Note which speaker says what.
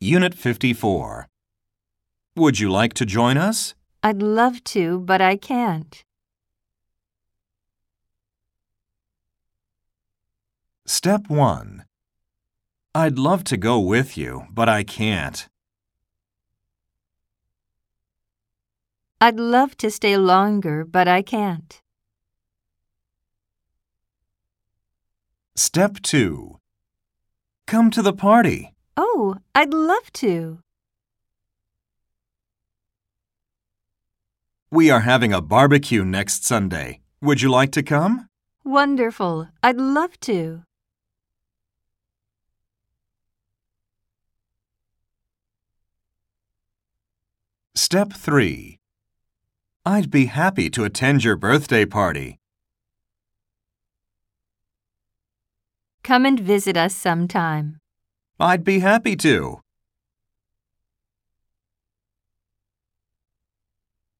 Speaker 1: Unit 54. Would you like to join us?
Speaker 2: I'd love to, but I can't.
Speaker 1: Step 1. I'd love to go with you, but I can't.
Speaker 2: I'd love to stay longer, but I can't.
Speaker 1: Step 2. Come to the party.
Speaker 2: Oh, I'd love to.
Speaker 1: We are having a barbecue next Sunday. Would you like to come?
Speaker 2: Wonderful. I'd love to.
Speaker 1: Step 3. I'd be happy to attend your birthday party.
Speaker 2: Come and visit us sometime.
Speaker 1: I'd be happy to.